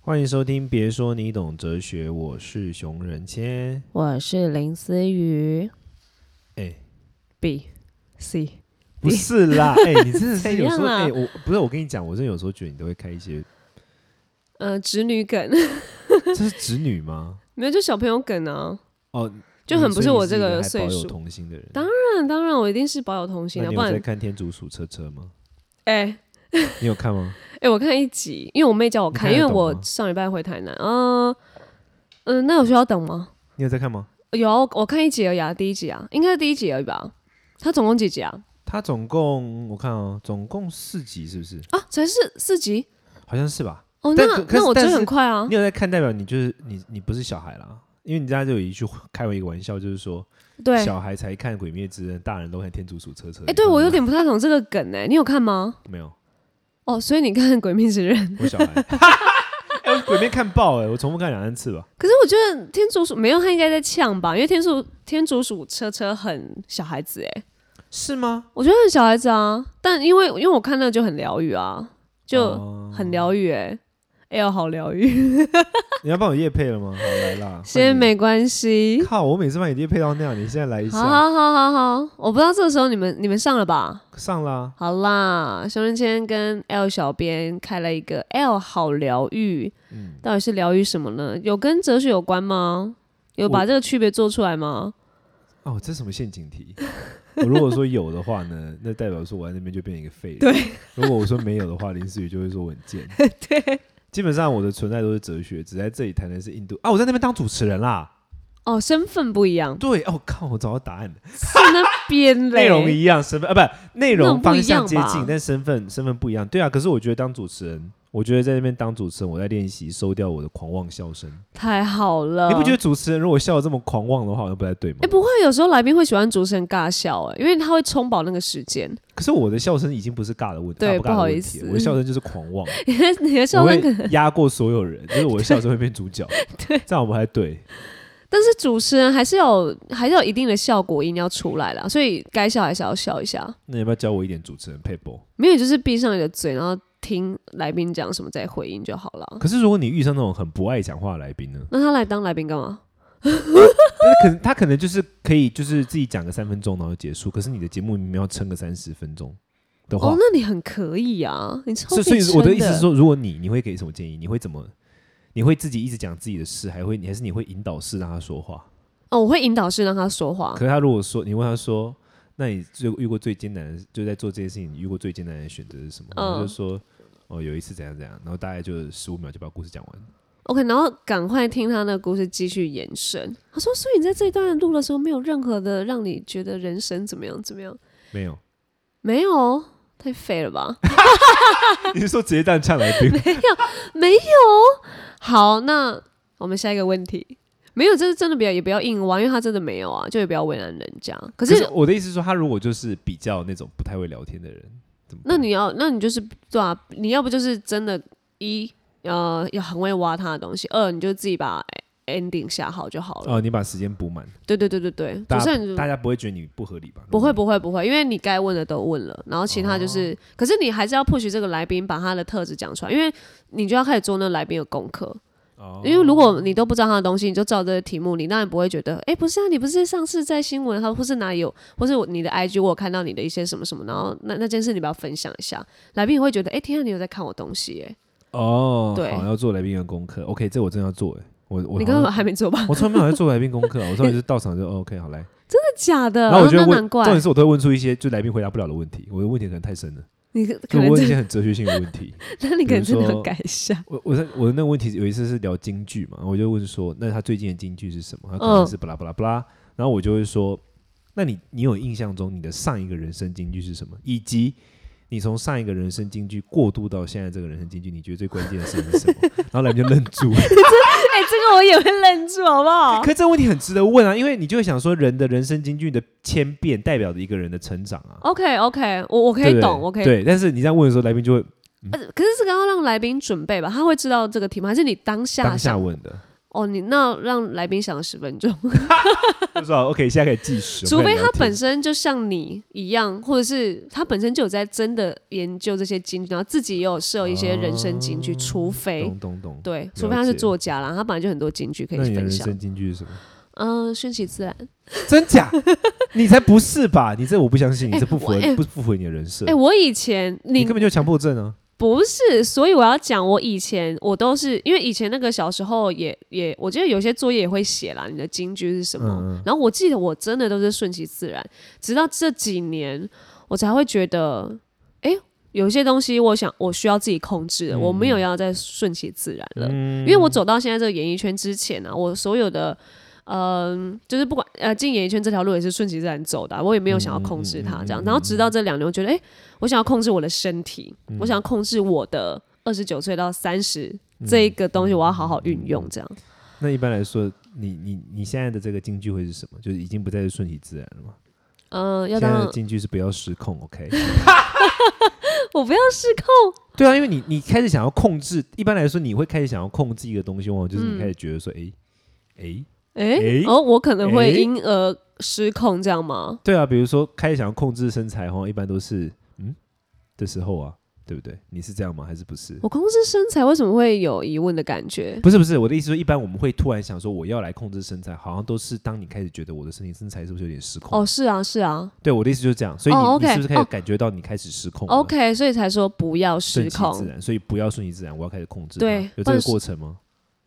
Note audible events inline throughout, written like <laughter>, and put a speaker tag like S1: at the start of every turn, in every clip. S1: 欢迎收听，别说你懂哲学，我是熊仁谦。
S2: 我是林思雨
S1: 哎、
S2: B C，
S1: 不是
S2: <laughs>
S1: 啦，哎、你真的是有时候，
S2: 怎样啊
S1: 哎、我不是我跟你讲，我真的有时候觉得你都会开一
S2: <laughs>
S1: 些，
S2: 呃，直女梗 <laughs>
S1: 这是直女吗？
S2: 没有，就小朋友梗啊。
S1: 哦，
S2: 就很不是我
S1: 所以
S2: 这
S1: 你
S2: 个
S1: 是一还保
S2: 岁
S1: 有
S2: 数
S1: 童心的人。
S2: 当然，当然，我一定是保有童心
S1: 那
S2: 的，
S1: 你
S2: 不
S1: 有在
S2: 然，
S1: 看《天竺鼠车车》吗？
S2: 哎、
S1: 你有看吗？
S2: 哎、我看一集，因为我妹叫我看，
S1: 你
S2: 因
S1: 看得
S2: 为
S1: 懂吗
S2: 我上礼拜回台南，嗯、嗯、那有需要等吗？
S1: 你有在看吗？
S2: 有啊，我我看一集而已啊，第一集啊，应该是第一集而已吧？它总共几集啊？
S1: 它总共我看哦，总共四集是不是？
S2: 啊，才是四集
S1: 好像是吧？
S2: 哦，
S1: 但
S2: 那
S1: 可可是
S2: 那我
S1: 但
S2: 追
S1: 是
S2: 很快啊
S1: 你，有在看，代表你就是你，你不是小孩啦。因为你家就有一句开我一个玩笑，就是说
S2: 对，哎、
S1: 小孩才看《鬼灭之刃》，大人都看《天竺鼠车车》。你
S2: 对
S1: 看
S2: 我
S1: 吗
S2: 有点不太懂这个梗哎、你有看吗？
S1: 没有，
S2: 哦，所以你看《鬼灭之刃》。
S1: 我小孩， <laughs> 哎我鬼灭看爆哎、我重复看两三次吧。
S2: 可是我觉得天竺鼠没有，他应该在呛吧，因为天竺天竺鼠车车很小孩子哎、
S1: 是吗？
S2: 我觉得很小孩子啊，但因为因为我看那个就很疗愈啊，就
S1: 哦
S2: 很疗愈哎，哎呦好疗愈，
S1: 你要帮我夜配了吗？好来啦，
S2: 先
S1: 美。
S2: 没关系，
S1: 靠，我每次把你夜配到那样，你现在来一
S2: 好
S1: 下，
S2: 好好好好，我不知道这个时候你们你们上了吧？
S1: 上啦。
S2: 好啦，熊仁谦跟 L 小编开了一个 L 好疗愈，
S1: 嗯，
S2: 到底是疗愈什么呢？有跟哲学有关吗？有把
S1: 我
S2: 这个区别做出来吗？
S1: 哦，这是什么陷阱题？我如果说有的话呢， <laughs> 那代表说我在那边就变成一个废人。
S2: 对，
S1: 如果我说没有的话，林思雨就会说我很贱。
S2: <laughs> 对，
S1: 基本上我的存在都是哲学，只在这里谈的是印度啊。我在那边当主持人啦。
S2: 哦，身份不一样。
S1: 对，哦，靠，我找到答案了。
S2: 是那边嘞，
S1: <laughs> 内容一样，身份啊，不，内容方向接
S2: 内容不一
S1: 近
S2: 样吧，
S1: 但身份身份不一样。对啊，可是我觉得当主持人，我觉得在那边当主持人，我在练习收掉我的狂妄笑声。
S2: 太好了。
S1: 你不觉得
S2: 得？
S1: 主持人如果笑得这么狂妄的话，好像不太对吗？
S2: 哎、呃不会，有时候来宾会喜欢主持人尬笑、哎，因为他会充饱那个时间。 <laughs>
S1: 可是我的笑声已经不是尬的问题，
S2: 对
S1: 尬不尬的
S2: 不好
S1: 问
S2: 意
S1: 题
S2: 思
S1: 我的笑声就是狂妄，
S2: 你的你的
S1: 我
S2: <laughs> 笑声可，
S1: 会压过所有人，
S2: <laughs>
S1: 就是我的笑声会变主角，
S2: 对
S1: 这样我们还对。
S2: 但是主持人还是有还是有一定的效果音要出来啦，所以该笑还是要笑一下。
S1: 那你要不要教我一点主持人配播？
S2: 没有，就是闭上你的嘴，然后听来宾讲什么再回应就好了。
S1: 可是如果你遇上那种很不爱讲话的来宾呢？
S2: 那他来当来宾干嘛？
S1: 他可能他可能就是可以就是自己讲个三分钟然后结束，可是你的节目你们要撑个三十分钟的话
S2: 哦，，那你很可以啊，你超
S1: 所以
S2: 可
S1: 所以
S2: 撑
S1: 我的意思是
S2: 的
S1: 说，如果你你会给什么建议？你会怎么？你会自己一直讲自己的事，还会你还是你会引导式让他说话？
S2: 哦，我会引导式让他说话
S1: 可。是他如果说你问他说，那你最遇过最艰难的，就在做这件事情，你遇过最艰难的选择是什么？然后
S2: 嗯
S1: 就说哦，有一次怎样怎样，然后大概就十五秒就把故事讲完。
S2: OK，然后赶快听他的故事继续延伸。他说：“所以你在这一段录的时候，没有任何的让你觉得人生怎么样怎么样？
S1: 没
S2: <laughs>
S1: 有，
S2: 没有，太废了吧？ <laughs>
S1: 你是说直接这样呛来宾？
S2: 没有。好，那我们下一个问题，没有，这是真的不要也不要硬挖，因为他真的没有啊，就也不要为难人家。
S1: 可
S2: 可是，
S1: 是我的意思是说，他如果就是比较那种不太会聊天的人，怎么办？
S2: 那你要，那你就是对啊，你要不就是真的一呃要很会挖他的东西，二你就自己把 ending 下好就好了。
S1: 哦，你把时间补满，
S2: 对对对对对，
S1: 大
S2: 不
S1: 家
S2: 是你
S1: 大家不会觉得你不合理吧？
S2: 不会不会不会，因为你该问的都问了，然后其他
S1: 哦
S2: 就是，可是你还是要 push 这个来宾把他的特质讲出来，因为你就要开始做那来宾的功课。
S1: 哦，
S2: 因为如果你都不知道他的东西，你就照这个题目，你当然不会觉得，哎，不是啊，你不是上次在新闻，或是哪里有，或是我你的 IG 我有看到你的一些什么什么，然后那那件事你不要分享一下，来宾也会觉得，哎，天啊，你有在看我东西耶，
S1: 哦，
S2: 对
S1: 好要做来宾的功课。OK，这我真的要做哎，我我好
S2: 你根
S1: 像
S2: 本还没做 <laughs> 吧？
S1: 我从来没有在做来宾功课啊，我从来就是到场就哦 OK 好来，
S2: 真的假的？
S1: 然后我就
S2: 呃那
S1: 会问，
S2: 难
S1: 重
S2: 怪啊
S1: 点是我都会问出一些就来宾回答不了的问题，我的问题可能太深了，
S2: 你可
S1: 就
S2: 能
S1: 我问一
S2: 真
S1: 些
S2: 的，
S1: 很哲学性的问题。
S2: <laughs> 那你可能真的
S1: 比如说
S2: 要改一下。
S1: 我我在我的那个问题有一次是聊京剧嘛，我就问说，那他最近的京剧是什么？他可能
S2: 嗯
S1: 是巴拉巴拉巴拉，然后我就会说，那你你有印象中你的上一个人生京剧是什么？以及你从上一个人生京剧过渡到现在这个人生京剧，你觉得最关键的事情是什
S2: <laughs>
S1: 么？然后来宾就愣住。
S2: <laughs> 哎，这个我也会愣住，好不
S1: <laughs>
S2: 好？
S1: 可这个问题很值得问啊，因为你就会想说，人的人生京剧的千变代表着一个人的成长啊。
S2: OK OK，我我可
S1: 对
S2: 以
S1: 不对
S2: 懂，我可以。
S1: 对，但是你这样问的时候，来宾就会
S2: 呃可是这个要让来宾准备吧，他会知道这个题目，还是你当下
S1: 当下
S2: 想？
S1: 问的。 <laughs>
S2: 哦，你那让来宾想了十分钟，
S1: 就说 OK，现在可以计时，
S2: 除
S1: 我们可
S2: 非
S1: 以
S2: 他
S1: 聊天
S2: 本身就像你一样，或者是他本身就有在真的研究这些金句，然后自己也有设一些人生金句，
S1: 哦
S2: 除非
S1: 懂懂懂。
S2: 对，除非他是
S1: 了解
S2: 作家啦，他本来就很多金句可以
S1: 那你的
S2: 分
S1: 人
S2: 享。
S1: 生金句是什么？ <laughs>
S2: 嗯，顺其自然。
S1: 真假？你才不是吧？你这我不相信，你
S2: 哎
S1: 这不符
S2: 我
S1: 合
S2: 哎
S1: 不不符合你的人设
S2: 哎、。我以前你
S1: 你根本就强迫症啊！
S2: 不是，所以我要讲，我以前我都是因为以前那个小时候也也，我记得有些作业也会写啦，你的金句是什么？
S1: 嗯嗯
S2: 然后我记得我真的都是顺其自然，直到这几年我才会觉得，诶，有些东西我想我需要自己控
S1: 嗯
S2: 制了，我没有要再顺其自然了，因为我走到现在这个演艺圈之前呢、啊，我所有的。嗯，就是不管呃进演艺圈这条路也是顺其自然走的啊、我也没有想要控制
S1: 嗯
S2: 它这样。然后直到这两年，我觉得诶，我想要控制我的身体，
S1: 嗯
S2: 我想要控制我的二十九岁到三十
S1: 嗯
S2: 这一个东西，我要好好运用这样。
S1: 那一般来说，你你你现在的这个金句会是什么？就是已经不再是顺其自然了嘛？
S2: 嗯、要
S1: 现在
S2: 当
S1: 的金句是不要失控，OK？ <laughs>
S2: 我不要失控。
S1: 对啊，因为你你开始想要控制，一般来说你会开始想要控制一个东西，往往就是你
S2: 嗯
S1: 开始觉得说，诶诶，
S2: 诶，
S1: 诶
S2: 哦，我可能会
S1: 诶
S2: 因而失控，这样吗？
S1: 对啊，比如说开始想要控制身材，哈，一般都是嗯的时候啊，对不对？你是这样吗？还是不是？
S2: 我控制身材为什么会有疑问的感觉？
S1: <laughs> 不是不是，我的意思说，一般我们会突然想说我要来控制身材，好像都是当你开始觉得我的身体身材是不是有点失控？
S2: 哦，是啊，是啊
S1: 对，我的意思就是这样，所以你、
S2: 哦，OK，
S1: 你是不是开始
S2: 哦
S1: 感觉到你开始失控了
S2: ，OK，所以才说不要失
S1: 顺其自
S2: 控。
S1: 然，所以不要顺其自然，我要开始控制它。
S2: 对
S1: 有
S2: 不
S1: 这
S2: 然
S1: 个
S2: 是
S1: 过程吗？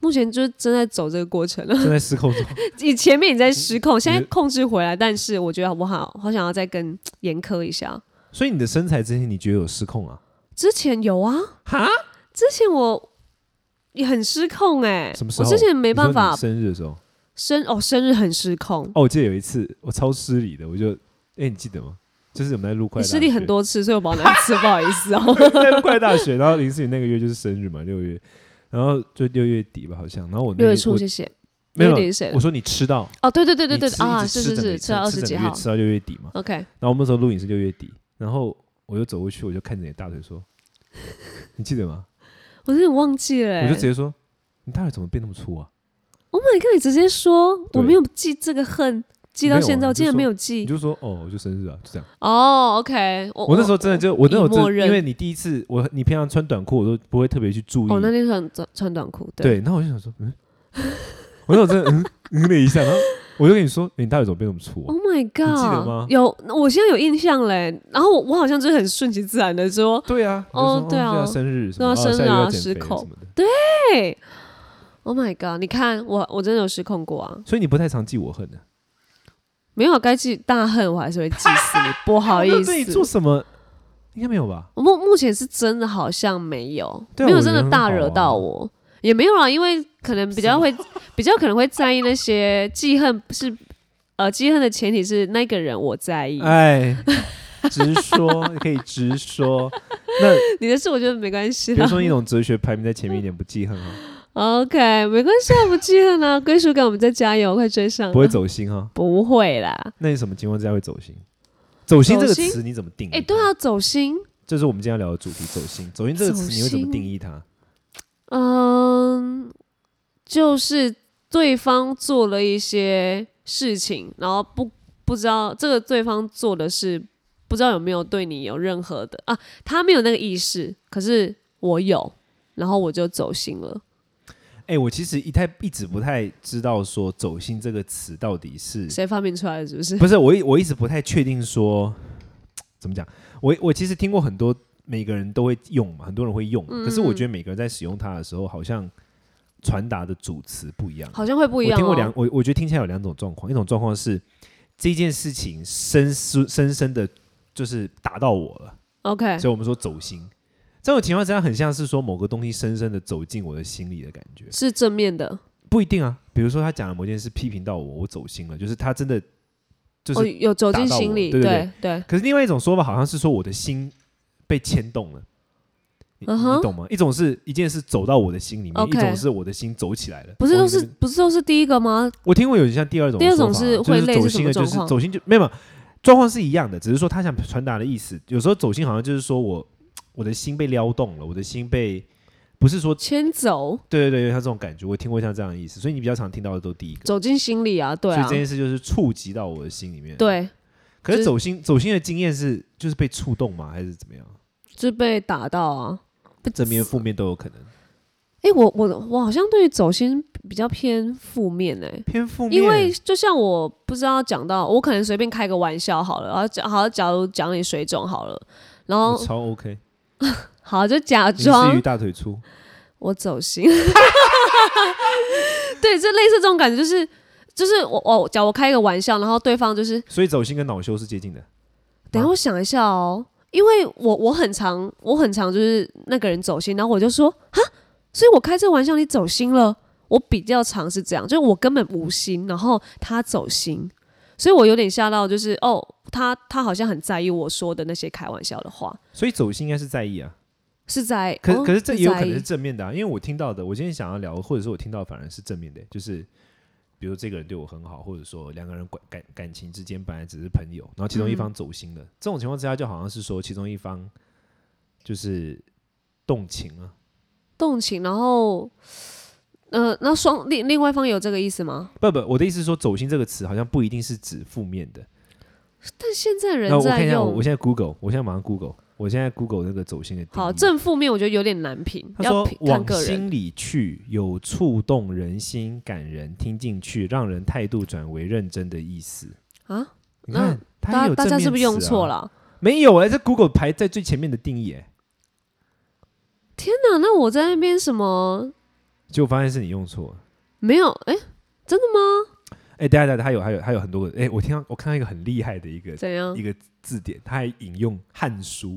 S2: 目前就是正在走这个过程了。 <laughs>
S1: 正在失控中，
S2: 你前面你在失控，现在
S1: 你
S2: 控制回来，但是我觉得我好好想要再更严苛一下。
S1: 所以你的身材之前你觉得有失控啊？
S2: 之前有啊，
S1: 哈，
S2: 之前我也很失控哎、
S1: 什么时
S2: 我
S1: 候
S2: 之 <laughs> 前没
S1: 你说
S2: 办
S1: 你
S2: 法
S1: 生日的时候，
S2: 生哦，生日很失控。
S1: 哦，我记得有一次我超失礼的，我就哎，你记得吗？就是我们在录快
S2: 你
S1: 乐大
S2: 失礼很
S1: 学 <laughs>
S2: 多次，所以我把它拿一次，不好意思哦。
S1: 在快乐大学，然后林思雨那个月就是生日嘛，六月，然后就六月底吧，好像，然后我那
S2: 六月
S1: 一
S2: 初
S1: 我
S2: 谢谢，
S1: 没
S2: 六
S1: 有
S2: 月底是谁
S1: 我？说你吃到，
S2: 哦，对对对对
S1: 你
S2: 对
S1: 吃
S2: 啊，
S1: 一直
S2: 是是
S1: 着
S2: 是，
S1: 每
S2: 吃到二十
S1: 整
S2: 几
S1: 个月
S2: 号
S1: 吃到六月底嘛。
S2: ，OK，
S1: 然后我们那时候录影是六月底，然后我就走过去，我就看着你的大腿说， <laughs> 你记得吗？
S2: 我有点忘记了、
S1: 我就直
S2: 欸。
S1: 接说，你大腿怎么变那么粗啊？
S2: Oh my god！你直接说，我
S1: 对
S2: 没有记这个恨，记到
S1: 没有啊
S2: 现在，我
S1: 你就
S2: 竟然没
S1: 说
S2: 有
S1: 你
S2: 记。
S1: 就说哦，我就生日啊，就这样。
S2: 哦，OK，我
S1: 我那时候真的就我那时候
S2: 默
S1: 真的，
S2: 认
S1: 因为你第一次我你平常穿短裤，我都不会特别去注意。
S2: 哦我那天穿短穿短裤，
S1: 对，然后我就想说，嗯，我那时候真的嗯嗯了一下，然后我就跟你说，你大腿怎么变那么粗啊？
S2: Oh my god！
S1: 你记得吗
S2: 有，我现在有印象嘞。然后我我好像就是很顺其自然的说，
S1: 对啊，我就
S2: 哦
S1: 说
S2: 对啊
S1: 啊，生日什
S2: 对
S1: 么，
S2: 啊
S1: 哦
S2: 生日
S1: 下个月
S2: 啊
S1: 要减
S2: 失
S1: 肥
S2: 控
S1: 什么的，
S2: 嘿，Oh my god！你看我我真的有失控过啊，
S1: 所以你不太常记我恨的，
S2: 没有啊该记大恨，我还是会记死你，不好
S1: <laughs> 我
S2: 哦意
S1: 对你做
S2: 思。
S1: 什么？应该没有吧？
S2: 我目目前是真的好像没有，
S1: 对啊
S2: 没有
S1: 我
S2: 真的
S1: 人很
S2: 大
S1: 好
S2: 惹
S1: 啊
S2: 到我，也没有啦，啊因为可能比较会 <laughs> 比较可能会在意那些记恨是。呃，记恨的前提是那个人我在意，
S1: 哎，直说可以直说。
S2: <laughs>
S1: 那
S2: 你的事我觉得没关系
S1: 比
S2: 啦
S1: 如。说一种哲学排名在前面一点，不记恨啊，
S2: OK，没关系啊，不记恨
S1: <laughs>
S2: 啊，归属感我们再加油，快追上啊。
S1: 不会走心哈。
S2: 不会啦。
S1: 那你什么情况之下会走心？走心这个
S2: 走心
S1: 词你怎么定义？
S2: 哎、对，啊，走心，
S1: 这是我们今天要聊的主题——走心。走心这个词你会怎么
S2: 走心
S1: 定义它？
S2: 嗯，就是对方做了一些事情，然后不不知道这个对方做的是不知道有没有对你有任何的啊，他没有那个意识，可是我有，然后我就走心了。
S1: 哎、我其实一太一直不太知道说“走心”这个词到底是
S2: 谁发明出来的？是不 <laughs> 是？
S1: 嗯不是我一我一直不太确定说怎么讲。我我其实听过很多每个人都会用嘛，很多人会用嘛，
S2: 嗯
S1: 可是我觉得每个人在使用它的时候，好像传达的主词不一样。
S2: 好像会不一
S1: 我
S2: 样、
S1: 听过两
S2: 哦。，
S1: 我我觉得听起来有两种状况，一种状况是这件事情深深深深的就是打到我了，
S2: OK，
S1: 所以我们说走心。这种情况之下，很像是说某个东西深深的走进我的心里的感觉。
S2: 是正面的，
S1: 不一定啊，比如说他讲了某件事批评到我，我走心了，就是他真的就是。
S2: 哦，有走进
S1: 打到
S2: 心
S1: 我
S2: 里，
S1: 对对
S2: 对对
S1: 可是另外一种说法好像是说我的心被牵动了，你、
S2: 嗯哼
S1: 你懂吗？一种是一件事走到我的心里面
S2: OK
S1: 一种是我的心走起来了。
S2: 不是
S1: 往哦
S2: 都
S1: 你这
S2: 是
S1: 边
S2: 不是都是第一个吗？
S1: 我听过有像第二种
S2: 第二种
S1: 说法啊
S2: 是会
S1: 就
S2: 类
S1: 是走
S2: 似什
S1: 心
S2: 么
S1: 的，就
S2: 状
S1: 是
S2: 况
S1: 走心就没有没有状况是一样的，只是说他想传达的意思，有时候走心好像就是说我我的心被撩动了，我的心被不是说
S2: 迁走，
S1: 对对对，有像这种感觉，我听过像这样的意思，所以你比较常听到的都第一个，
S2: 走进心里啊，对
S1: 所以
S2: 啊
S1: 这，件事就是触及到我的心里面。，
S2: 对，
S1: 可是
S2: 就是
S1: 走心走心的经验是就是被触动吗？还是怎么样？
S2: 就被打到啊。
S1: 正面负面都有可能，
S2: 诶，我我我好像对于走心比较偏负面哎、
S1: 偏负面。
S2: 因为就像我不知道讲到，我可能随便开个玩笑好了，然后讲好，假如讲你水肿好了，然
S1: 我
S2: 后
S1: 超 OK，
S2: 好就假
S1: 你是
S2: 装
S1: 鱼大腿粗，
S2: 我走心。 <laughs> 对，就类似这种感觉，就是就是我我假如我开一个玩笑，然后对方就是
S1: 所以走心跟恼羞是接近的。
S2: 等
S1: 啊
S2: 一下我想一下哦，因为我我很常我很常就是那个人走心，然后我就说哈，所以我开这个玩笑你走心了。我比较常是这样，就是我根本无心，然后他走心，所以我有点吓到，就是哦，他他好像很在意我说的那些开玩笑的话，
S1: 所以走心应该是在意啊，
S2: 是在
S1: 可、
S2: 哦
S1: 可是这也有可能
S2: 在
S1: 是
S2: 意
S1: 正面的啊，因为我听到的，我今天想要聊，或者说我听到反而是正面的，就是比如这个人对我很好，或者说两个人感感感情之间本来只是朋友，然后其中一方走心
S2: 嗯
S1: 了，这种情况之下就好像是说其中一方就是动情啊，
S2: 动情，然后呃，那双另另外一方有这个意思吗？
S1: 不不，我的意思是说走心这个词好像不一定是指负面的。
S2: 但现在
S1: 那
S2: 人
S1: 我
S2: 在
S1: 看一下，我
S2: 用
S1: 我现在 Google，我现在马上 Google，我现在 Google 那个走心的定义。
S2: 好正负面，我觉得有点难评，
S1: 他
S2: 要
S1: 说
S2: 评看
S1: 往
S2: 个人。
S1: 心里去，有触动人心、感人、听进去，让人态度转为认真的意思
S2: 啊。
S1: 你
S2: 那
S1: 看，它
S2: 大
S1: 也
S2: 家
S1: 有
S2: 大
S1: 正
S2: 家
S1: 面
S2: 是不是用
S1: 词啊
S2: 错？了啊？
S1: 没有哎，这 Google 排在最前面的定义哎，
S2: 那那我在那边什么
S1: 结果发现是你用错了。
S2: 没有？哎、
S1: 哎，等一下等一下，他有还有还有很多个哎，我听到我看到一个很厉害的一个
S2: 怎样
S1: 一？个字典，他还引用《汉书》。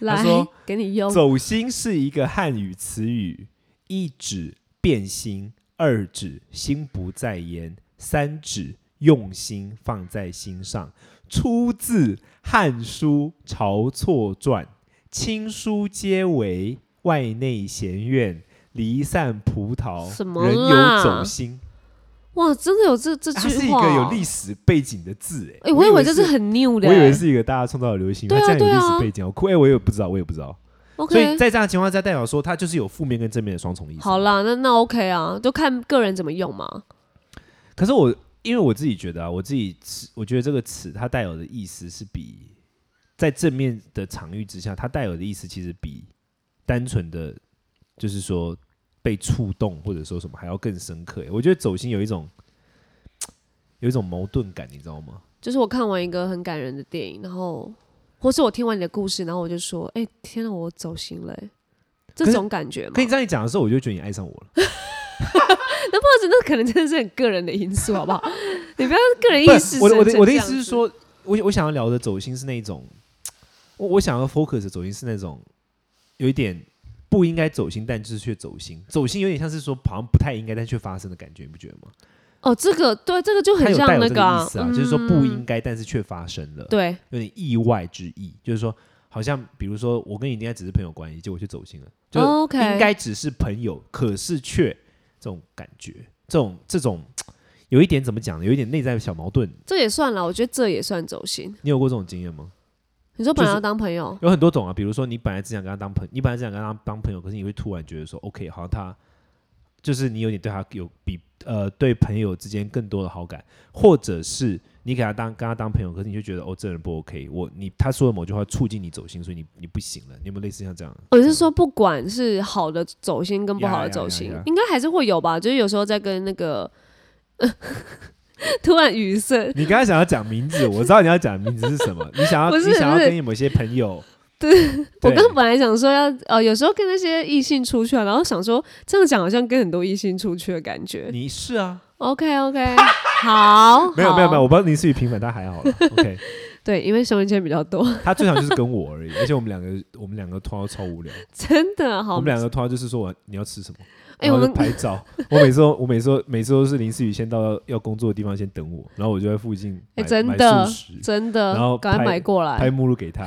S2: 来
S1: 说
S2: 给你用
S1: 走心是一个汉语词语，一指变心，二指心不在焉，三指用心放在心上，出自《汉书·晁错传》。亲疏皆为外内嫌怨，离散葡萄，
S2: 什么
S1: 人有
S2: 啦
S1: 走心。
S2: 哇，真的有这这
S1: 啊它是
S2: 句
S1: 一
S2: 话
S1: 个
S2: 哦、
S1: 有历史背景的字、哎、
S2: 哎、我以为这是
S1: 是，
S2: 很 new 的、
S1: 我以为
S2: 哎
S1: 是一个大家创造的流行语，
S2: 对啊
S1: 它这样有历
S2: 对啊
S1: 史背景，好酷！哎、我也不知道，我也不知道。所以
S2: OK。
S1: 在这样的情况下，代表说它就是有负面跟正面的双重意思。
S2: 好，啦，那那 OK 啊，就看个人怎么用嘛。
S1: 可是我因为我自己觉得啊，我自己词我觉得这个词它带有的意思是比在正面的场域之下，它带有的意思其实比单纯的就是说被触动或者说什么还要更深刻欸。我觉得走心有一种有一种矛盾感，你知道吗？
S2: 就是我看完一个很感人的电影，然后或是我听完你的故事，然后我就说，哎、天哪，我走心了、哎这
S1: 可是
S2: 种感觉嘛
S1: 可。你这样一讲的时候，我就觉得你爱上我了。
S2: 那不知道，那可能真的是很个人的因素，好不好？ <laughs> 你不要个人意
S1: 不
S2: 识
S1: 是我的我
S2: 神
S1: 的
S2: 成
S1: 我的意
S2: 这样
S1: 思是
S2: 子，
S1: 说，我我想要聊的走心是那种，我我想要 focus 的走心是那种有一点不应该走心，但就是却走心，走心有点像是说好像不太应该但却发生的感觉，你不觉得吗？
S2: 哦，这个对，这个就
S1: 它
S2: 很
S1: 有
S2: 像
S1: 带有
S2: 那
S1: 这个
S2: 啊
S1: 意思啊，就是说不
S2: 嗯
S1: 应该但是却发生了，
S2: 对，
S1: 有点意外之意，就是说好像比如说我跟你应该只是朋友关系，结果却走心了，就
S2: 哦 OK
S1: 应该只是朋友，可是却这种感觉，这种这种有一点怎么讲呢？有一点内在的小矛盾，
S2: 这也算了，我觉得这也算走心。
S1: 你有过这种经验吗？
S2: 你说本来
S1: 就是
S2: 要当朋友，
S1: 有很多种啊，比如说你本来只想跟他当朋，你本来只想跟他当朋友，可是你会突然觉得说，OK，好像他就是你有点对他有比呃对朋友之间更多的好感，或者是你给他当跟他当朋友，可是你就觉得哦，这人不 OK，我你他说的某句话促进你走心，所以你你不行了，你有没有类似像这样？
S2: 我、是说不管是好的走心跟不
S1: 呀
S2: 好的
S1: 呀
S2: 走
S1: 呀
S2: 心
S1: 呀
S2: 应该还是会有吧。就是有时候在跟那个， <laughs> 突然语塞，
S1: 你刚才想要讲名字，我知道你要讲名字是
S2: <laughs>
S1: 什么，你想要
S2: 不是
S1: 你想要
S2: 不是
S1: 跟你某些朋友，
S2: 我
S1: 对
S2: 刚本来想说要呃，有时候跟那些异性出去啊，然后想说这样讲好像跟很多异性出去的感觉。
S1: 你是啊，
S2: OK OK，好，
S1: 没有没有没有，
S2: 好，
S1: 我不知道你是于平凡，但还好了，OK，
S2: 对，因为熊文谦比较多， <laughs>
S1: 他最常就是跟我而已， <laughs> 而且我们两个我们两个通常都超无聊。
S2: 真的好。
S1: 我们两个通常就是说我你要吃什么，
S2: 哎
S1: 然后
S2: 我
S1: 就
S2: 们
S1: 拍照。 <laughs> 我每次都我每次都每次都是林思雨先到要工作的地方先等我，然后我就在附近买
S2: 哎真
S1: 买
S2: 的
S1: 素食，
S2: 真的
S1: 然后，
S2: 赶快
S1: 拍
S2: 买过
S1: 拍
S2: 来。
S1: 目录给他。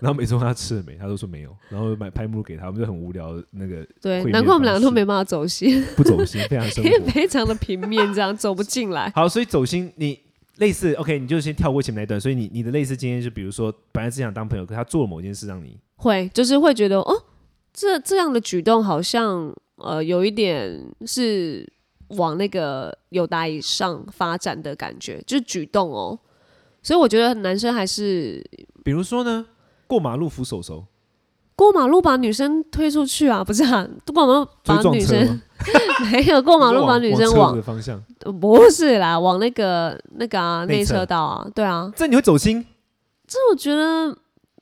S1: 然后每次问他吃了没，他都说没有，然后买拍目录给他，我们就很无聊，那个
S2: 对
S1: 会，面
S2: 难怪我
S1: 方
S2: 们两个都
S1: 式
S2: 没办法走心。
S1: 不走心，非常生
S2: <laughs> 因为
S1: 活。
S2: 非常的平面，这样走不进 <laughs> 来。
S1: 好，所以走心你。类似 OK，你就先跳过前面那一段，所以你你的类似经验是，比如说本来只想当朋友，可他做了某件事让你
S2: 会就是会觉得哦，这这样的举动好像呃有一点是往那个有达以上发展的感觉，就是举动哦。所以我觉得男生还是
S1: 比如说呢，过马路扶手手，
S2: 过马路把女生推出去啊，不是啊，过马路
S1: 就
S2: 把
S1: 是撞
S2: 女
S1: 车
S2: 生
S1: 吗？
S2: <laughs> 没有过马路把女生
S1: 往车子
S2: 往
S1: 的方 <laughs> 向，
S2: 呃不是啦，往那个那个啊
S1: 内
S2: 内
S1: 侧
S2: 车道啊，对啊，
S1: 这你会走心？
S2: 这我觉得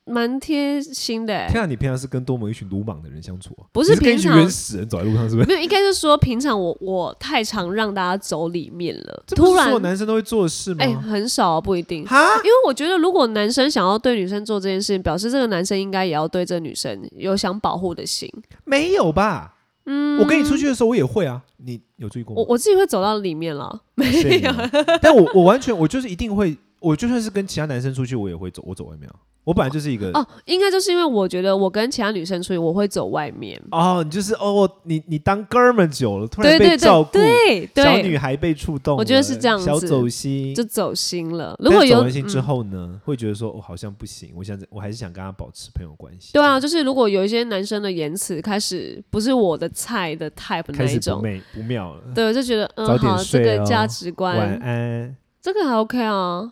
S2: 蛮贴心的、欸。
S1: 天啊，你平常是跟多么一群鲁莽的人相处啊？
S2: 不是
S1: 你跟一群
S2: 平常
S1: 原始人走在路上，是不是？
S2: <laughs> 没有，应该是说平常我我太常让大家走里面了，
S1: 这不是
S2: 突然
S1: 所有男生都会做的事吗
S2: 哎、？很少、啊、不一定，因
S1: 哈，
S2: 为我觉得如果男生想要对女生做这件事情，表示这个男生应该也要对这女生有想保护的心。
S1: 没有吧？嗯，我跟你出去的时候我也会啊，你有注意过吗
S2: 我？ <laughs> 我自己会走到里面 <laughs> 了，没
S1: 谢谢你
S2: 有
S1: 啊但我我完全我就是一定会，我就算是跟其他男生出去，我也会走，我走外面啊。我本来就是一个
S2: 哦，应该就是因为我觉得我跟其他女生出去，我会走外面。
S1: 哦，你就是哦，你你当哥们久了，突然
S2: 对
S1: 被
S2: 对
S1: 照
S2: 对
S1: 顾，
S2: 对
S1: 小女
S2: 对，
S1: 孩被触动了，
S2: 我觉得是这样子
S1: 小走心。
S2: 就走心了。
S1: 但
S2: 如果
S1: 走
S2: 有
S1: 完心之
S2: 嗯
S1: 后呢，会觉得说我、哦、好像不行，我想我还是想跟他保持朋友关系。
S2: 对啊，，就是如果有一些男生的言辞开始不是我的菜的 type 那
S1: 开
S2: 一
S1: 始不
S2: 种，
S1: 媚不妙了。
S2: 对，我就觉得
S1: 早
S2: 嗯
S1: 点
S2: 好，这
S1: 睡
S2: 个
S1: 哦
S2: 价值
S1: 晚
S2: 观，
S1: 安，
S2: 这个还 OK 啊，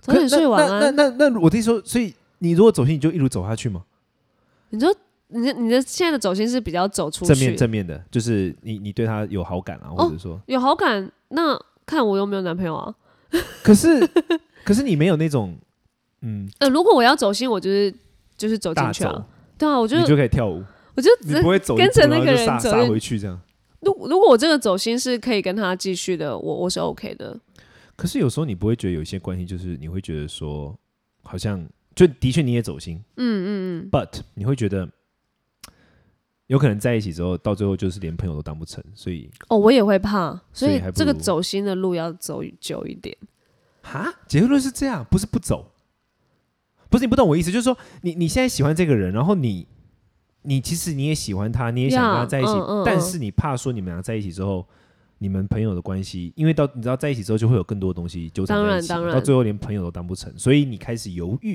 S2: 早
S1: 可
S2: 点睡晚
S1: 那
S2: 安。
S1: 那那那我听说，所以你如果走心，你就一路走下去吗？
S2: 你说你的你的现在的走心是比较走出
S1: 正面
S2: 去，哦
S1: 正面的，就是你你对他有好感啊，或者说，
S2: 有好感，那看我有没有男朋友啊？
S1: 可是 <laughs> 可是你没有那种嗯
S2: 呃，如果我要走心，我就是就是走进
S1: 大
S2: 去啊
S1: 走，。
S2: 对啊，我就
S1: 你就可以跳舞，
S2: 我就
S1: 你
S2: 只
S1: 不会走一
S2: 跟
S1: 步
S2: 着
S1: 然后
S2: 那个
S1: 就
S2: 人
S1: 杀
S2: 走
S1: 杀
S2: 就
S1: 回去这样。
S2: 如如果我这个走心是可以跟他继续的，我我是 OK 的。
S1: 可是有时候你不会觉得有一些关系，就是你会觉得说，好像就的确你也走心，
S2: 嗯嗯嗯，
S1: but 你会觉得有可能在一起之后，到最后就是连朋友都当不成，所以
S2: 哦，我也会怕，所
S1: 所以
S2: 以
S1: 还不
S2: 这个
S1: 如
S2: 走心的路要走久一点。
S1: 哈，结论是这样，不是不走，不是你不懂我意思，就是说你你现在喜欢这个人，然后你你其实你也喜欢他，你也想跟他
S2: Yeah，
S1: 在一起
S2: 嗯嗯
S1: 但
S2: 嗯
S1: 是你怕说你们俩在一起之后。你们朋友的关系，因为到你知道在一起之后就会有更多东西纠缠
S2: 当
S1: 在
S2: 然
S1: 一起，
S2: 当然
S1: 到最后连朋友都当不成，所以你开始犹豫，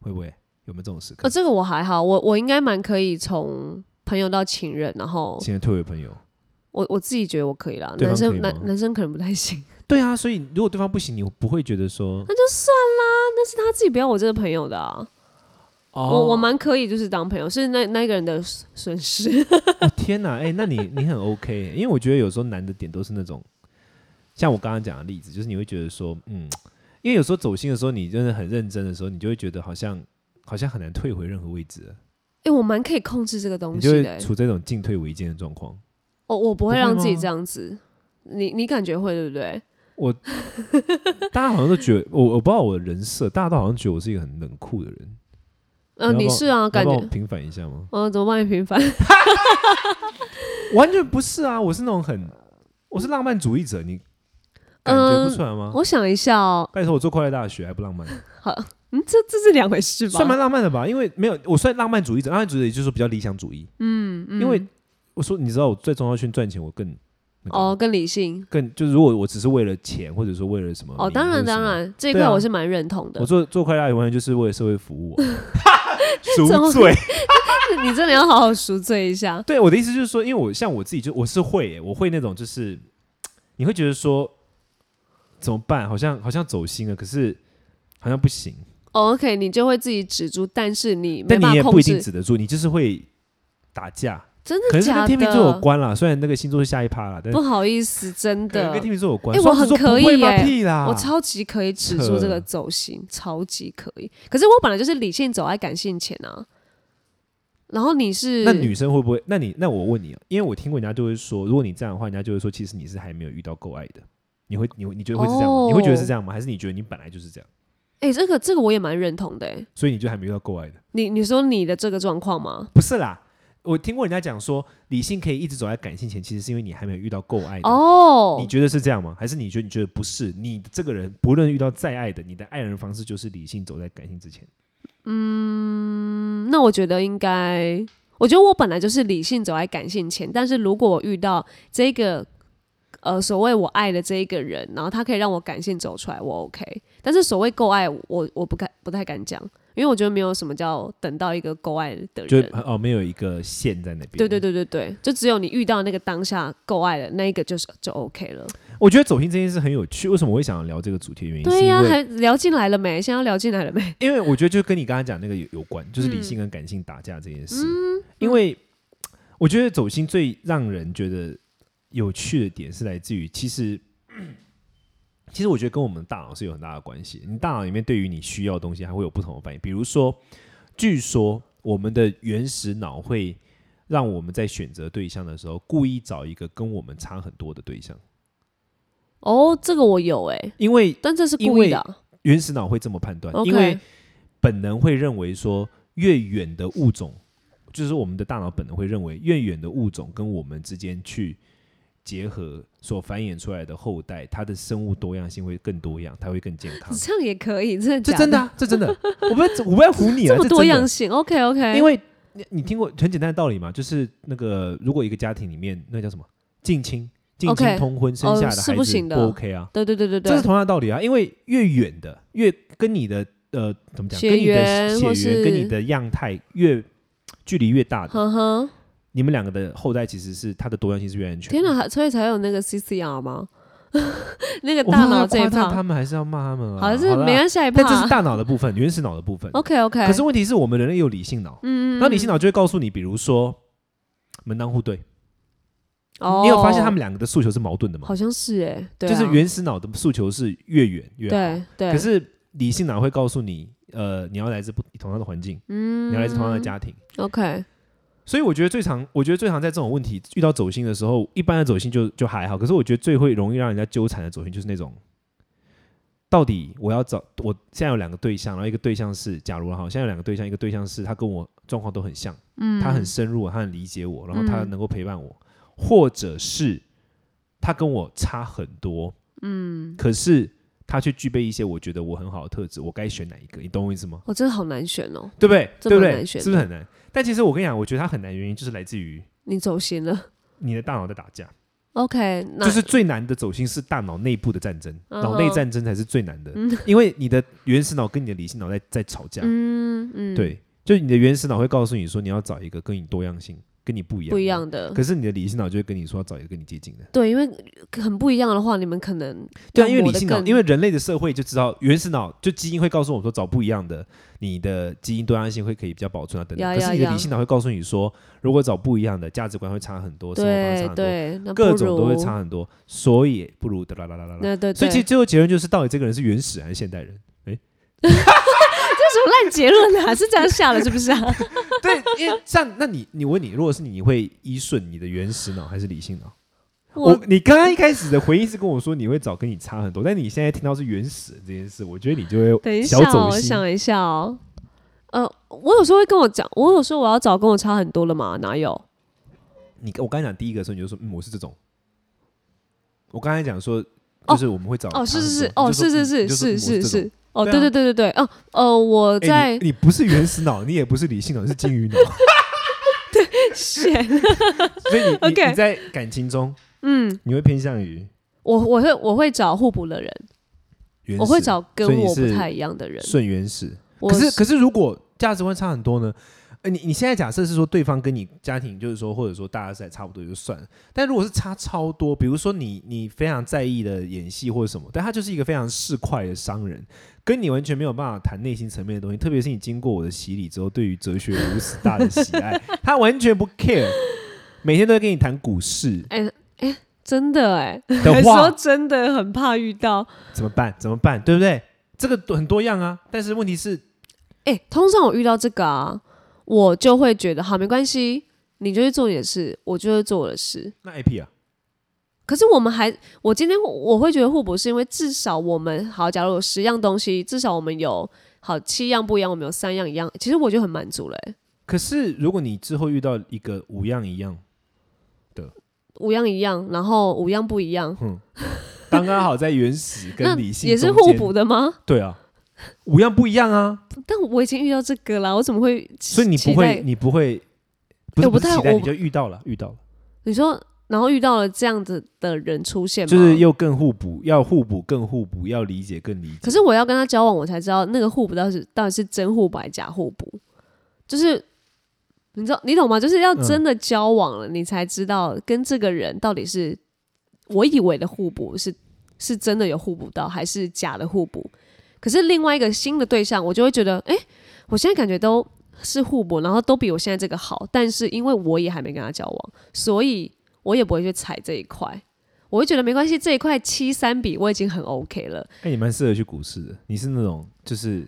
S1: 会不会有没有这种时刻
S2: 呃，？这个我还好，我我应该蛮可以从朋友到情人，然后
S1: 现在退为朋友，
S2: 我我自己觉得我可以啦，
S1: 对方可
S2: 男生
S1: 以吗
S2: 男男生可能不太行，
S1: 对啊，所以如果对方不行，你不会觉得说
S2: 那就算啦，那是他自己不要我这个朋友的啊，我
S1: 哦
S2: 我蛮可以就是当朋友，是那那个人的损失， <laughs>
S1: 哦天哪，哎、那你你很 OK，耶因为我觉得有时候难的点都是那种，像我刚刚讲的例子，就是你会觉得说，嗯，因为有时候走心的时候，你真的很认真的时候，你就会觉得好像好像很难退回任何位置了，
S2: 哎、我蛮可以控制这个东
S1: 你
S2: 西
S1: 就
S2: 的、
S1: 会
S2: 欸，
S1: 处在一种进退维艰的状况。
S2: 我我不
S1: 不
S2: 会
S1: 会
S2: 让自己
S1: 吗
S2: 这样子，你你感觉会对不对？
S1: 我大家好像都觉得我我不知道我的人设，大家都好像觉得我是一个很冷酷的人，
S2: 嗯、
S1: 要不
S2: 你
S1: 要
S2: 是啊，
S1: 要
S2: 感
S1: 帮
S2: 觉
S1: 我啊平反一下吗？ <laughs>
S2: 嗯、怎么帮你平反？
S1: 完全不是啊，我是那种很我是浪漫主义者，你感觉不
S2: 嗯
S1: 出来吗？
S2: 我想一下哦，
S1: 拜托，我做快乐大学还不浪漫？
S2: 嗯，这这是两回事吧？
S1: 算蛮浪漫的吧，因为没有我算浪漫主义者，浪漫主义者也就是说比较理想主义。
S2: 嗯，嗯
S1: 因为我说你知道我在中药圈赚钱，我更那个、
S2: 哦，更理性
S1: 更就是如果我只是为了钱，或者说为了什么
S2: 哦，
S1: 名
S2: 当
S1: 或
S2: 然
S1: 者什
S2: 当
S1: 么，
S2: 然，这一
S1: 对
S2: 块
S1: 啊
S2: 我是蛮认同的
S1: 我。做做快乐大学完全就是为了社会服务啊、
S2: <laughs> 怎
S1: 赎
S2: 么
S1: 罪。
S2: <laughs> 你真的要好好赎罪一下。
S1: 对我的意思就是说，因为我像我自己就我是会耶、我会那种就是你会觉得说怎么办，好像好像走心了，可是好像不行，
S2: o 哦 OK，你就会自己止住，但是你没
S1: 但
S2: 办
S1: 你也
S2: 法
S1: 不
S2: 控
S1: 一定
S2: 制，
S1: 止得住，你就是会打架。
S2: 真
S1: 可
S2: 的
S1: 能是
S2: 假
S1: 跟
S2: 的？
S1: 天秤座有关啦，虽然那个星座是下一趴啦，但是
S2: 不好意思，真
S1: 可能
S2: 的
S1: 跟，天秤啊座有关。
S2: 哎
S1: 双
S2: 我
S1: 子座
S2: 很可
S1: 不会
S2: 以
S1: 吧
S2: 耶
S1: 屁啦！
S2: 我超级可以止住
S1: 扯
S2: 这个走心，超级可以。可是我本来就是理性走在感性前啊。然后你是
S1: 那女生会不会？那你那我问你啊，因为我听过人家就会说，如果你这样的话，人家就会说，其实你是还没有遇到够爱的。你会你会你觉得会是这样吗？你会觉得
S2: 哦
S1: 是这样吗？还是你觉得你本来就是这样，
S2: 哎、这个这个我也蛮认同的、欸。
S1: 所以你就还没遇到够爱的？
S2: 你你说你的这个状况吗？
S1: 不是啦，我听过人家讲说，理性可以一直走在感性前，其实是因为你还没有遇到够爱的。
S2: 哦，
S1: 你觉得是这样吗？还是你觉得你觉得不是？你这个人不论遇到再爱的，你的爱人方式就是理性走在感性之前。
S2: 那我觉得应该，我觉得我本来就是理性走在感性前，但是如果我遇到这个呃所谓我爱的这一个人，然后他可以让我感性走出来，我 OK。但是所谓够爱，我我不敢不太敢讲，因为我觉得没有什么叫等到一个够爱的
S1: 就
S2: 人。
S1: 哦，没有一个线在那边。
S2: 对对，对对对，就只有你遇到那个当下够爱的那一个，就是就 OK 了。
S1: 我觉得走心这件事很有趣。为什么我会想要聊这个主题？原因是
S2: 对
S1: 因
S2: 呀、
S1: 为
S2: 还聊进来了没？现在要聊进来了没？
S1: 因为我觉得就跟你刚才讲那个有有关，就是理
S2: 嗯
S1: 性跟感性打架这件事。因为我觉得走心最让人觉得有趣的点是来自于，其实 <clears throat> 其实我觉得跟我们大脑是有很大的关系。你大脑里面对于你需要的东西，还会有不同的反应。比如说，据说我们的原始脑会让我们在选择对象的时候，故意找一个跟我们差很多的对象，
S2: 哦，这个我有哎、
S1: 因为
S2: 但这是故意的啊、
S1: 原始脑会这么判断，
S2: OK。
S1: 因为本能会认为说，越远的物种，就是我们的大脑本能会认为，越远的物种跟我们之间去结合所繁衍出来的后代，它的生物多样性会更多样，它会更健康
S2: 这样也可以， <laughs> 真的假
S1: 这
S2: 的？
S1: 真的、啊，这真的，我不要，我不要唬你啊，
S2: 这么
S1: 真
S2: 多
S1: 的
S2: 样性？OK OK，
S1: 因为你你听过很简单的道理嘛，就是那个如果一个家庭里面那叫什么近亲、近
S2: OK，
S1: 亲通婚生下
S2: 哦
S1: 的
S2: 是
S1: 孩子、
S2: 不行的
S1: OK 啊，
S2: 对对对对
S1: 这是
S2: 对，
S1: 同样的道理啊，因为越远的，越跟你的呃怎么讲，
S2: 血
S1: 跟你
S2: 缘或
S1: 的血
S2: 是
S1: 缘跟你的样态越距离越大的，
S2: 呵呵，
S1: 你们两个的后代其实是它的多样性是越安全。
S2: 天哪，所以才有那个 CCR 吗？ <laughs> 那个
S1: 我不
S2: 大
S1: 知道
S2: 脑
S1: 要
S2: 这一
S1: 夸赞
S2: 趴
S1: 他，们还是要骂他们啊？
S2: 好像是
S1: 啦
S2: 没关系，下一
S1: 但这是
S2: 趴。
S1: 大脑的部
S2: <laughs>
S1: 分，原始脑的部分。
S2: OK OK，
S1: 可是问题是我们人类有理性脑，嗯，那理性脑就会告诉你，比如说门当户对，
S2: 哦
S1: 你有发现他们两个的诉求是矛盾的吗？
S2: 好像是哎，对
S1: 就
S2: 啊，
S1: 是原始脑的诉求是越远越好。
S2: 对对，
S1: 可是理性脑会告诉你，呃，你要来自不同样的环境，
S2: 嗯
S1: 你要来自同样的家庭。
S2: OK，
S1: 所以我觉得最常，我觉得最常在这种问题遇到走心的时候，一般的走心就就还好。可是我觉得最会容易让人家纠缠的走心，就是那种，到底我要找我现在有两个对象，然后一个对象是，假如哈，现在有两个对象，一个对象是他跟我状况都很像，
S2: 嗯，
S1: 他很深入我，他很理解我，然后他
S2: 嗯
S1: 能够陪伴我，或者是他跟我差很多，嗯，可是他却具备一些我觉得我很好的特质，我该选哪一个？你懂我意思吗？
S2: 我真的好难选哦，
S1: 对不对？
S2: 这
S1: 对不
S2: 么
S1: 对？
S2: 难选
S1: 是不是很难？但其实我跟你讲，我觉得它很难，原因就是来自于
S2: 你走心了。 <laughs>
S1: 你的大脑在打架，
S2: OK，那
S1: 就是最难的走心是大脑内部的战争，
S2: 嗯哼
S1: 脑内战争才是最难的，因为你的原始脑跟你的理性脑在在吵架，
S2: 嗯嗯，，
S1: 对，就你的原始脑会告诉你说你要找一个跟你多样性、跟你不一样、
S2: 不一。样的，
S1: 可是你的理性脑就会跟你说要找一个跟你接近的，
S2: 对，因为很不一样的话，你们可能
S1: 对啊，
S2: 要
S1: 因为
S2: 磨
S1: 理
S2: 得
S1: 性脑，
S2: 更
S1: 因为人类的社会就知道原始脑就基因会告诉我们说找不一样的，你的基因多样性会可以比较保存啊等等。
S2: 呀
S1: 可
S2: 呀
S1: 是你的
S2: 呀
S1: 理性脑会告诉你说，如果找不一样的，价值观会差很多，生活方式差很
S2: 对
S1: 多，
S2: 对，那
S1: 各
S2: 不
S1: 种都会
S2: 如
S1: 差很多，所以不如哒啦啦啦啦啦。
S2: 那对，
S1: 所以其
S2: 对
S1: 实最后结论就是，到底这个人是原始还是现代人？
S2: <laughs>
S1: <laughs>
S2: 这什么烂结论啊？是这样下的，是不是
S1: <laughs>
S2: 啊？
S1: 对，因 <laughs> 为像那你，你问你，如果是你，你会依顺你的原始脑还是理性脑？我
S2: 我
S1: 你刚刚一开始的回应是跟我说你会找跟你差很多，但你现在听到是原始这件事，我觉得你就
S2: 等一
S1: 会
S2: 下
S1: 小
S2: 哦，
S1: 走
S2: 我
S1: 心。
S2: 想一下哦。呃，我有时候会跟我讲，我有时候我要找跟我差很多的嘛，哪有？
S1: 你我刚才讲第一个的时候，你就说嗯，我是这种。我刚才讲说，就是我们会找差
S2: 哦，是
S1: 很
S2: 是是，
S1: 多
S2: 哦，
S1: 你就是说
S2: 是
S1: 嗯你就是
S2: 是
S1: 说嗯我
S2: 是
S1: 这种
S2: 是，哦，
S1: 对啊
S2: 对对对对对，哦，呃，我
S1: 哎你
S2: 在 <laughs>
S1: 你不是原始脑，你也不是理性脑，你是金鱼脑，
S2: 选，
S1: 所以你你
S2: <laughs> OK
S1: 你在感情中
S2: 嗯，
S1: 你会偏向于
S2: <laughs> 我我会我会找互补的人，
S1: 原始，
S2: 我会找跟
S1: 所以你
S2: 我不
S1: 是
S2: 太一样的人。
S1: 顺原始。
S2: 我
S1: 可是可是如果价值观差很多呢？呃，你你现在假设是说对方跟你家庭，就是说或者说大家在差不多就算了，但如果是差超多，比如说你你非常在意的演戏或者什么，但他就是一个非常市侩的商人，跟你完全没有办法谈内心层面的东西，特别是你经过我的洗礼之后，对于哲学有如此大的喜爱，他完全不 care，每天都在跟你谈股市
S2: 哎真的哎、 <laughs>
S1: 的
S2: 说
S1: 话，
S2: 真的很怕遇到。
S1: 怎么办？怎么办？对不对？这个很多样啊，但是问题是
S2: 哎、通常我遇到这个啊，我就会觉得好没关系，你就去做你的事，我就会做我的事。
S1: 那 AP 啊，
S2: 可是我们还，我今天我会觉得互补，是因为至少我们好，假如有十样东西，至少我们有好七样不一样，我们有三样一样，其实我就很满足了、欸。
S1: 可是如果你之后遇到一个五样一样，
S2: 五样一样，然后五样不一样，
S1: 刚刚好在原始
S2: <laughs> 那
S1: 跟理性
S2: 也是
S1: 中
S2: 互
S1: 间
S2: 补，的吗？
S1: 对啊，五样不一样
S2: <laughs>
S1: 啊，
S2: 但我已经遇到这个了，我怎么会期？
S1: 所以你不
S2: 期待
S1: 会，你不会，不
S2: 哎
S1: 是
S2: 我不
S1: 是
S2: 太
S1: 期待，
S2: 我
S1: 你就遇到了，遇到了，
S2: 你说然后遇到了这样子的人出现吗，
S1: 就是又更互补，要互补更互补，要理解更理解。
S2: 可是我要跟他交往，我才知道那个互补到底是到底是真互补还是假互补，就是你知道你懂吗？就是要真的交往了，你才知道跟这个人到底是我以为的互补是是真的有互补到，还是假的互补。可是另外一个新的对象，我就会觉得，哎、我现在感觉都是互补，然后都比我现在这个好，但是因为我也还没跟他交往，所以我也不会去踩这一块。我会觉得没关系，这一块七三比我已经很 OK 了。
S1: 哎、你蛮适合去股市的，你是那种就是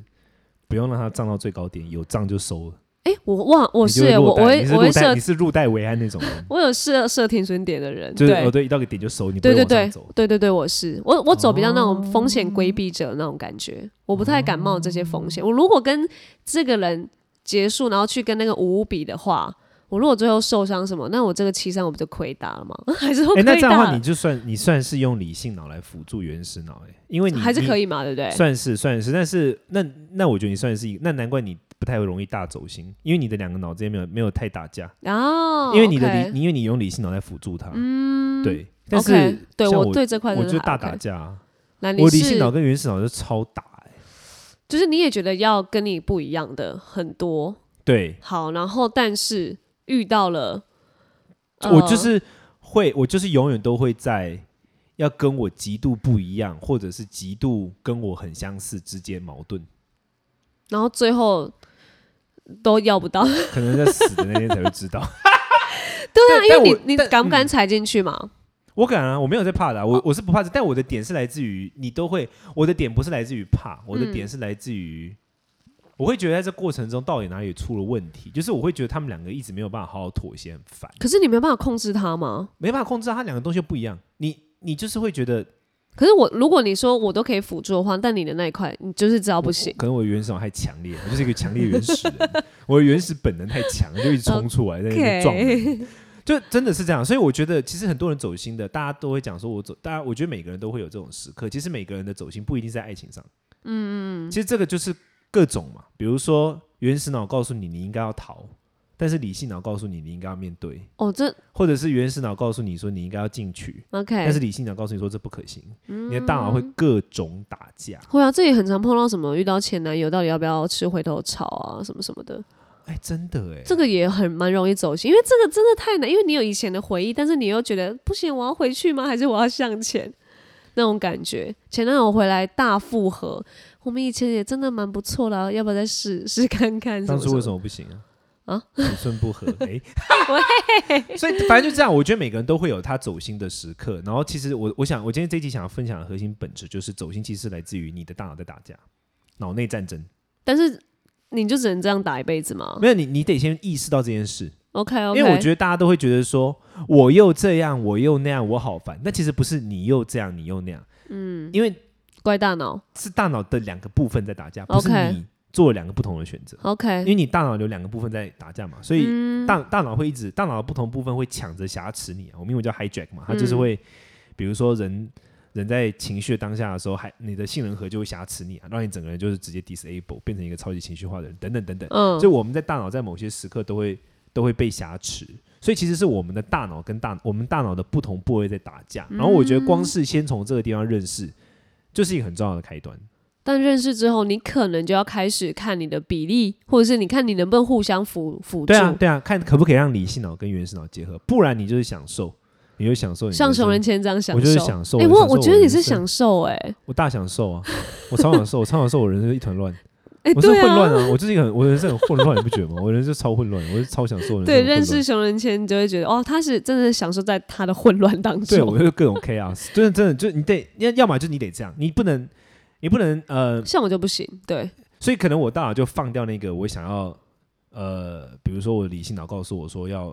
S1: 不用让它涨到最高点，有涨就收了。
S2: 哎、我忘我
S1: 你
S2: 是
S1: 就
S2: 耶我
S1: 落
S2: 我
S1: 袋
S2: 会
S1: 你是
S2: 我会
S1: 入袋，
S2: 设
S1: 你是入袋为安那种人，
S2: 我有设设停损点的人，
S1: 就是
S2: 对
S1: 哦对，一到个点就收，你不
S2: 对
S1: 会
S2: 对
S1: 往上
S2: 对
S1: 走。
S2: 对对对，我是我我走比较那种风险规避者那种感觉，我不太敢冒这些风
S1: 哦
S2: 险。我如果跟这个人结束，然后去跟那个五五比的话，我如果最后受伤什么，那我这个七三我不就亏大了吗？ <laughs> 还是会
S1: 哎、
S2: 亏
S1: 那这样的
S2: 大
S1: 话，
S2: 了
S1: 你就算你算是用理性脑来辅助原始脑，哎，因为你
S2: 还是可
S1: 以，
S2: 以嘛，对不对？
S1: 算是算是，但是那那我觉得你算是一个，那难怪你不太容易大走心，因为你的两个脑之间没有没有太打架，
S2: 哦，
S1: 因为你的
S2: OK
S1: 理，你因为你用理性脑来辅助它，嗯，对。但是
S2: OK，对
S1: 像
S2: 对这块
S1: 我
S2: 真
S1: 就
S2: 的
S1: 大
S2: 还 OK
S1: 打架、啊，
S2: 那你
S1: 我理性
S2: 是
S1: 脑跟原始脑就超打、哎
S2: 就是你也觉得要跟你不一样的很多，
S1: 对，
S2: 好，然后但是遇到了，呃
S1: 我就是会，我就是永远都会在要跟我极度不一样，或者是极度跟我很相似之间矛盾，
S2: 然后最后都要不到。 <laughs>
S1: 可能在死的那天才会知道。
S2: 对啊，
S1: 但
S2: 因
S1: 但
S2: 为
S1: 我
S2: 你你
S1: 但
S2: 敢不敢
S1: 嗯
S2: 踩进去嘛？
S1: 我敢啊，我没有在怕的啊、我我是不怕的，但我的点是来自于你都会，我的点不是来自于怕，我的点是来自于。我会觉得在这过程中到底哪里出了问题，就是我会觉得他们两个一直没有办法好好妥协，很烦，
S2: 可是你没有办法控制它吗？
S1: 没办法控制啊他两个东西又不一样。你你就是会觉得
S2: 可是我如果你说我都可以辅助的话，但你的那一块你就是知道不行。
S1: 可能我的原始脑太强烈，我 <laughs> 就是一个强烈原始人，我的原始本能太强，就一直冲出来在那 <laughs> 边撞人。就真的是这样，所以我觉得其实很多人走心的，大家都会讲说，我走，大家我觉得每个人都会有这种时刻。其实每个人的走心不一定在爱情上，嗯嗯，其实这个就是各种嘛，比如说原始脑告诉你你应该要逃，但是理性脑告诉你你应该要面对，
S2: 哦，这
S1: 或者是原始脑告诉你说你应该要进取，
S2: OK，
S1: 但是理性脑告诉你说这不可行，你的大脑会各种打架。
S2: 会啊，这也很常碰到什么遇到前男友到底要不要吃回头草啊，什么什么的，
S1: 哎，真的哎，
S2: 这个也很蛮容易走心，因为这个真的太难，因为你有以前的回忆，但是你又觉得不行，我要回去吗？还是我要向前？那种感觉，前男友回来大复合，我们以前也真的蛮不错的啊、要不要再试试看看？
S1: 当初为什
S2: 么
S1: 么不行啊？
S2: 啊，
S1: 尺寸不
S2: <laughs>
S1: 合，哎、所以反正就这样。我觉得每个人都会有他走心的时刻。然后其实我我想，我今天这一集想要分享的核心本质就是，走心其实是来自于你的大脑在打架，脑内战争。
S2: 但是你就只能这样打一辈子吗
S1: 没有你，你得先意识到这件事，
S2: ？OK 哦 OK，
S1: 因为我觉得大家都会觉得说，我又这样，我又那样，我好烦。那其实不是你又这样，你又那样，嗯，因为
S2: 怪大脑
S1: 是大脑的两个部分在打架，不是
S2: OK
S1: 你做了两个不同的选择。因
S2: OK，
S1: 为你大脑有两个部分在打架嘛，所以大、大脑会一直大脑的不同部分会抢着挟持你、啊。我们英文叫 hijack 嘛，它就是会，比如说人人在情绪当下的时候，还你的杏仁核就会挟持你、啊，让你整个人就是直接 disable 变成一个超级情绪化的人，等等等等。
S2: 嗯
S1: 所以我们在大脑在某些时刻都会都会被挟持，所以其实是我们的大脑跟大我们大脑的不同部位在打架。然后我觉得光是先从这个地方认识，就是一个很重要的开端。
S2: 但认识之后，你可能就要开始看你的比例，或者是你看你能不能互相辅辅助。
S1: 对啊，对啊，看可不可以让理性脑跟原始脑结合，不然你就是享受，你就享受你
S2: 像
S1: 人
S2: 熊
S1: 生
S2: 人千章享
S1: 我
S2: 受，
S1: 就是享受
S2: 哎、
S1: 我
S2: 我
S1: 享受
S2: 我觉得
S1: 我
S2: 你
S1: 人生
S2: 是享受哎、
S1: 我大享受啊，我超享受，我超享受，我人生一团
S2: <laughs>
S1: 乱，
S2: 哎、
S1: 我是
S2: 对
S1: 混乱
S2: 啊，
S1: 啊，我就是一个很我人生很混乱，你不觉得吗？我人生超混乱，我是超享受人生
S2: 对，
S1: 的混
S2: 认
S1: 乱
S2: 识熊仁谦，你就会觉得哦，他是真的享受在他的混乱当
S1: 对
S2: 中
S1: 我。就是各种 chaos，真的真的就你得要要么就你得这样，你不能你不能呃，
S2: <laughs> 像我就不行，对，
S1: 所以可能我大脑就放掉那个我想要呃，比如说我理性脑告诉我说要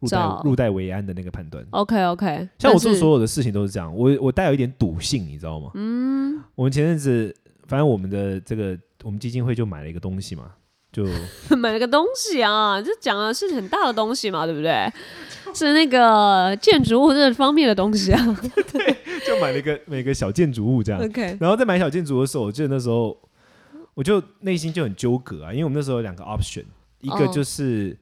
S1: 入
S2: 找
S1: 袋入袋为安的那个判断，
S2: OK
S1: <laughs>
S2: OK，
S1: 像我做
S2: 是
S1: 所有的事情都是这样，我我带有一点赌性，你知道吗？嗯，我们前阵子，反正我们的这个我们基金会就买了一个东西嘛，就
S2: <laughs> 买了个东西啊，这讲的是很大的东西嘛，对不对？是那个建筑物这方面的东西
S1: <laughs>
S2: 啊。
S1: <laughs> 就买了一个每个小建筑物这样。
S2: OK，
S1: <laughs> 然后在买小建筑的时候，我记得那时候我就内心就很纠葛啊，因为我们那时候有两个 option，一个
S2: 哦嗯
S1: 就是、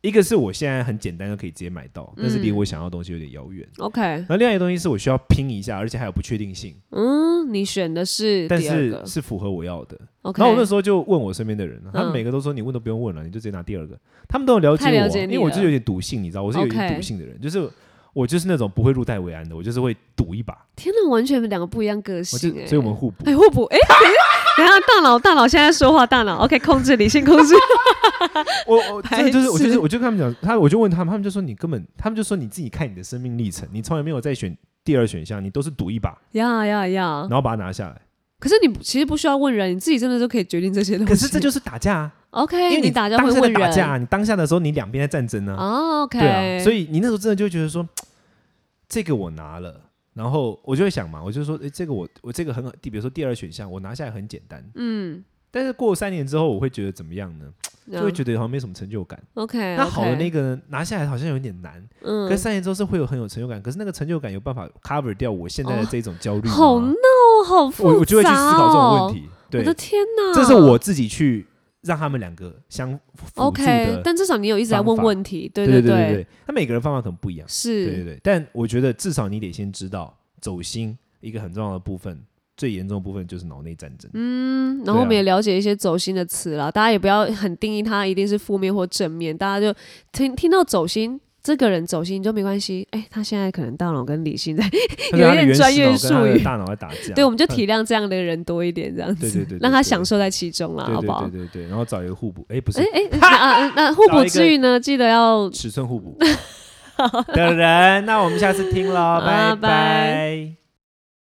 S1: 一个是我现在很简单就可以直接买到，但是离我想要的东西有点遥远。
S2: OK，
S1: 然后另外一个东西是我需要拼一下，而且还有不确定性，
S2: 嗯，你选的是
S1: 但
S2: 第二
S1: 是
S2: 个
S1: 是符合我要的。
S2: OK。
S1: 然后我那时候就问我身边的人，他们
S2: 嗯
S1: 每个都说你问都不用问了，你就直接拿第二个。他们都很了解
S2: 太
S1: 我，
S2: 了解
S1: 因
S2: 你
S1: 为我
S2: 了
S1: 就是有点赌性，你知道，我是有
S2: OK
S1: 点赌性的人，就是我就是那种不会入袋为安的，我就是会赌一把。
S2: 天哪，完全两个不一样个
S1: 我就
S2: 性哎、
S1: 所以我们互
S2: <laughs>
S1: 补。
S2: 哎互补哎，等一下等一下大脑大脑现在说话，大脑 OK 控制理性控制，
S1: <laughs> 我我真的就是我就
S2: 白
S1: 是
S2: 痴
S1: 我就跟他们讲，他我就问他们，他们就说你根本，他们就说你自己看你的生命历程，你从来没有在选第二选项，你都是赌一把，
S2: 呀呀呀
S1: 然！后把它拿下
S2: <laughs>
S1: 来。
S2: 可是你其实不需要问人，你自己真的就可以决定这些东西。
S1: 可是这就是打架啊，因
S2: OK，
S1: 为
S2: 你打
S1: 当
S2: 架
S1: 下
S2: 会
S1: 在
S2: 问
S1: 打
S2: 人
S1: 架啊，你当下的时候你两边在战争啊，
S2: 哦 OK，
S1: 对啊，所以你那时候真的就会觉得说，这个我拿了。然后我就会想嘛，我就说，诶，这个我我这个很好，比如说第二选项我拿下来很简单，
S2: 嗯，
S1: 但是过三年之后我会觉得怎么样呢？就会觉
S2: 得
S1: 得好像没什么成就感。
S2: OK，
S1: 那好的那个呢，拿下来好像有点难，
S2: 嗯
S1: 可是三年之后是会有很有成就感，可是那个成就感有办法 cover 掉我现在的这种焦虑吗、
S2: 好闹哦，好复杂、哦、
S1: 我我就会去思考这种问。题。
S2: 我
S1: 对
S2: 的，天哪！
S1: 这是我自己去让他们两个相辅助
S2: OK，
S1: 的。
S2: 但至少你有一直在
S1: 方
S2: 问
S1: 法
S2: 问题，对
S1: 对
S2: 对
S1: 对对，那每个人方法可能不一样。对对
S2: 是
S1: 对，但我觉得至少你得先知道走心一个很重要的部分，最严重的部分就是脑内战争。
S2: 嗯，然后我
S1: 对啊
S2: 们也了解一些走心的词啦，大家也不要很定义它一定是负面或正面，大家就听听到走心。这个人走心就没关系，哎，他现在可能大脑跟理性在，
S1: 他跟他的
S2: 有点
S1: 原始
S2: 专业
S1: 脑跟他的
S2: 术语
S1: 大脑在打架。
S2: 对，我们就
S1: 嗯
S2: 体谅这样的人多一点，这样子，
S1: 对对对对
S2: 让他
S1: 对
S2: 享受在其中啦，
S1: 对
S2: 好不好
S1: 对对？对对，然后找一个互补，哎，不是
S2: 哎哎，那啊那互
S1: 找
S2: 补
S1: 一
S2: 之
S1: 个
S2: 余呢，记得要
S1: 尺寸互补的人，那我们下次听喽，
S2: 啊
S1: 拜
S2: 拜
S1: 拜。